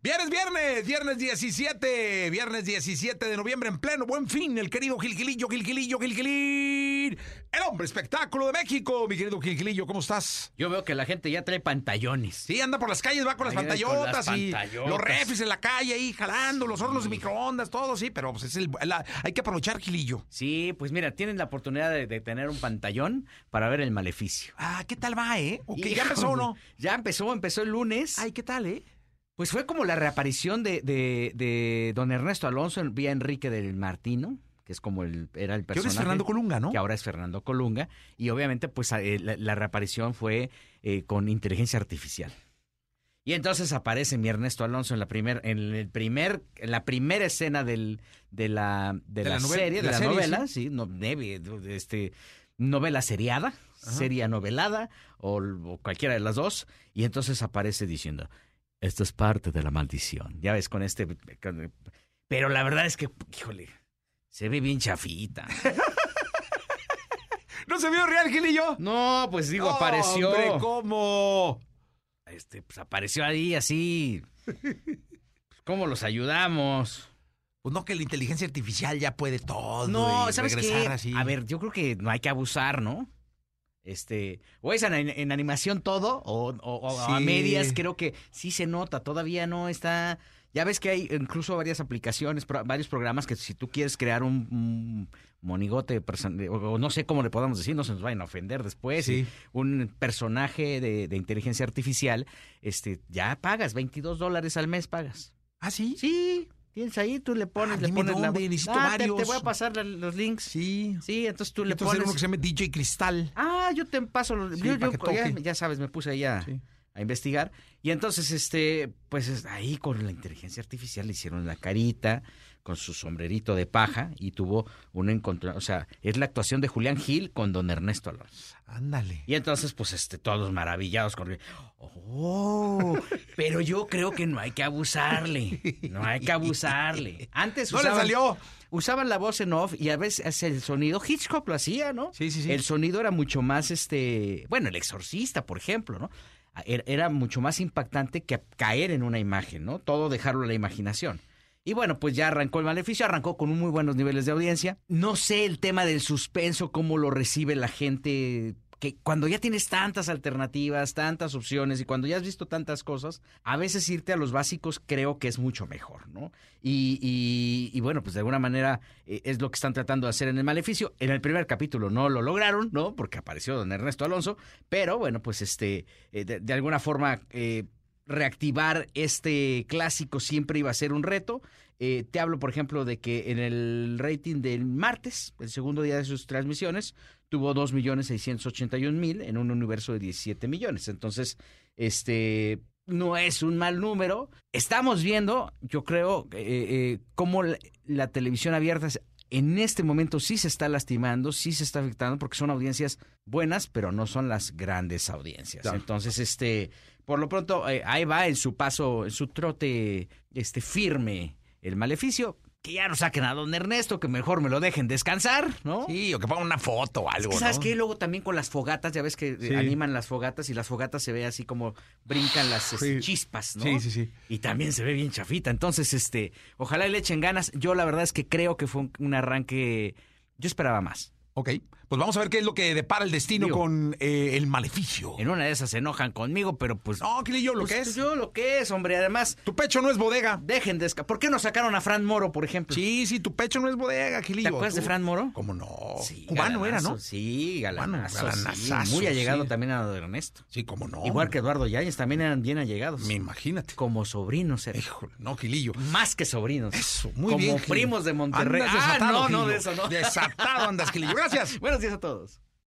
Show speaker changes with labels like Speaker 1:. Speaker 1: Viernes, viernes, viernes 17, viernes 17 de noviembre en pleno buen fin, el querido Gilgilillo, Gilgilillo, Gilgilín, el hombre espectáculo de México, mi querido Gilgilillo, ¿cómo estás?
Speaker 2: Yo veo que la gente ya trae pantallones.
Speaker 1: Sí, anda por las calles, va con las
Speaker 2: Ahí anda con
Speaker 1: pantallotas
Speaker 2: las
Speaker 1: y
Speaker 2: pantallotas.
Speaker 1: los refis en la calle ahí jalando, los hornos de microondas, todo, sí, pero pues es el, la- hay que aprovechar Gilillo.
Speaker 2: Sí, pues mira, tienen la oportunidad de, de tener un pantallón para ver el maleficio.
Speaker 1: Ah, ¿qué tal va, eh? ¿O qué? ¿Ya
Speaker 2: Híjole,
Speaker 1: empezó o no?
Speaker 2: Ya empezó, empezó el lunes.
Speaker 1: Ay, ¿qué tal, eh?
Speaker 2: Pues fue como la reaparición de, de- de don Ernesto Alonso en vía Enrique del Martino, que es como el, era el
Speaker 1: Yo creo que
Speaker 2: personaje.
Speaker 1: es Fernando Colunga, ¿no?
Speaker 2: que ahora es Fernando Colunga. Y obviamente, pues a- eh, la, la reaparición fue eh, con inteligencia artificial. Y entonces aparece mi Ernesto Alonso en la primer, en el primer, en la primera escena del, de la, de
Speaker 1: De
Speaker 2: la,
Speaker 1: la novela- de
Speaker 2: serie, de,
Speaker 1: la
Speaker 2: la,
Speaker 1: serie,
Speaker 2: novela, sí, no- neve, de- este, novela seriada, serie novelada, o, o cualquiera de las dos, y entonces aparece diciendo esto es parte de la maldición. Ya ves, con este. con- Pero la verdad es que, híjole, se ve bien chafita.
Speaker 1: ¿No se vio real, Gilillo?
Speaker 2: No, pues digo, apareció.
Speaker 1: ¡Hombre, cómo!
Speaker 2: Este, pues apareció ahí así. Pues, ¿Cómo los ayudamos?
Speaker 1: Pues no, que la inteligencia artificial ya puede todo.
Speaker 2: No,
Speaker 1: y
Speaker 2: ¿sabes
Speaker 1: regresar
Speaker 2: qué?
Speaker 1: así.
Speaker 2: A ver, yo creo que no hay que abusar, ¿no? Este, o es en, en animación todo, o, o- o a
Speaker 1: Sí.
Speaker 2: medias, creo que sí se nota, todavía no está. Ya ves que hay incluso varias aplicaciones, pro- varios programas que si tú quieres crear un, un monigote, person- de- o, o no sé cómo le podamos decir, no se nos vayan a ofender después,
Speaker 1: Sí.
Speaker 2: un personaje de, de inteligencia artificial, este, ya pagas, 22 dólares al mes pagas.
Speaker 1: ¿Ah, sí?
Speaker 2: Sí, tienes ahí, tú le pones,
Speaker 1: Ah,
Speaker 2: le
Speaker 1: dime
Speaker 2: pones la-
Speaker 1: dónde, necesito
Speaker 2: Ah, te- Te,
Speaker 1: varios.
Speaker 2: voy a pasar la- los links. Sí,
Speaker 1: Sí.
Speaker 2: entonces tú le
Speaker 1: Necesito hacer uno que
Speaker 2: pones.
Speaker 1: se llame DJ Cristal.
Speaker 2: Ah, yo te paso los.
Speaker 1: Sí,
Speaker 2: yo-
Speaker 1: para
Speaker 2: yo-
Speaker 1: que
Speaker 2: ya,
Speaker 1: toque.
Speaker 2: ya sabes, me puse ahí a,
Speaker 1: Sí.
Speaker 2: a investigar. Y entonces, este, pues es- ahí con la inteligencia artificial le hicieron la carita con su sombrerito de paja y tuvo un encuentro. O sea, es la actuación de Julián Gil con don Ernesto Alonso.
Speaker 1: Ándale.
Speaker 2: Y entonces, pues, este, todos maravillados con... ¡Oh! Pero yo creo que no hay que abusarle. No hay que abusarle. Antes
Speaker 1: ¡No le
Speaker 2: usaban,
Speaker 1: salió!
Speaker 2: usaban la voz en off y a veces el sonido Hitchcock lo hacía, ¿no?
Speaker 1: Sí, sí, sí.
Speaker 2: El sonido era mucho más, este... Bueno, El Exorcista, por ejemplo, ¿no? Era, era mucho más impactante que caer en una imagen, ¿no? Todo dejarlo a la imaginación. Y bueno, pues ya arrancó el maleficio, arrancó con muy buenos niveles de audiencia. No sé el tema del suspenso, cómo lo recibe la gente, que cuando ya tienes tantas alternativas, tantas opciones y cuando ya has visto tantas cosas, a veces irte a los básicos creo que es mucho mejor, ¿no? Y, y- y bueno, pues de alguna manera eh, es lo que están tratando de hacer en el maleficio. En el primer capítulo no lo lograron, ¿no? Porque apareció don Ernesto Alonso, pero bueno, pues este, eh, de, de alguna forma... eh, reactivar este clásico siempre iba a ser un reto. Eh, te hablo, por ejemplo, de que en el rating del martes, el segundo día de sus transmisiones, tuvo 2.681.000 en un universo de 17 millones. Entonces, este no es un mal número. Estamos viendo, yo creo, eh, eh, cómo la, la televisión abierta se- en este momento sí se está lastimando, sí se está afectando, porque son audiencias buenas, pero no son las grandes audiencias.
Speaker 1: Claro.
Speaker 2: Entonces, este, por lo pronto, eh, ahí va en su paso, en su trote este, firme el maleficio. Que ya no saquen a don Ernesto, que mejor me lo dejen descansar, ¿no?
Speaker 1: Sí, o que ponga una foto o
Speaker 2: Es
Speaker 1: algo,
Speaker 2: que, ¿Sabes
Speaker 1: ¿no?
Speaker 2: qué? Luego también con las fogatas, ya ves que eh,
Speaker 1: Sí.
Speaker 2: animan las fogatas y las fogatas se ve así como brincan las
Speaker 1: Sí.
Speaker 2: este, chispas, ¿no?
Speaker 1: Sí, sí, sí.
Speaker 2: Y también se ve bien chafita. Entonces, este, ojalá le echen ganas. Yo la verdad es que creo que fue un, un arranque. Yo esperaba más.
Speaker 1: Ok. Pues vamos a ver qué es lo que depara el destino
Speaker 2: Digo.
Speaker 1: con eh, el maleficio.
Speaker 2: En una de esas se enojan conmigo, pero pues.
Speaker 1: No, Gilillo, lo
Speaker 2: pues,
Speaker 1: que es.
Speaker 2: Yo Pues- lo que es, hombre. Además,
Speaker 1: Tu pecho no es bodega.
Speaker 2: dejen de esca- ¿Por qué no sacaron a Fran Moro, por ejemplo?
Speaker 1: Sí, sí, tu pecho no es bodega,
Speaker 2: ¿Te
Speaker 1: Gilillo.
Speaker 2: acuerdas de
Speaker 1: Tú-
Speaker 2: Fran Moro?
Speaker 1: ¿Cómo no?
Speaker 2: Sí,
Speaker 1: Cubano era,
Speaker 2: galanazo,
Speaker 1: ¿no?
Speaker 2: Sí, galanazo.
Speaker 1: Cubano,
Speaker 2: sí,
Speaker 1: galanazazo,
Speaker 2: muy allegado
Speaker 1: sí.
Speaker 2: también a don Ernesto.
Speaker 1: Sí, cómo no.
Speaker 2: Igual que Eduardo Yáñez, también eran bien allegados.
Speaker 1: Me imagínate.
Speaker 2: Como sobrinos, eran.
Speaker 1: Híjole, no, Gilillo.
Speaker 2: más que sobrinos.
Speaker 1: Eso, muy
Speaker 2: Como
Speaker 1: bien. Gil.
Speaker 2: primos de Monterrey.
Speaker 1: Andas
Speaker 2: ah,
Speaker 1: desatado,
Speaker 2: no, no,
Speaker 1: Gilillo.
Speaker 2: de eso no.
Speaker 1: Desatado andas, Gilillo. Gracias.
Speaker 2: Buenos días a todos.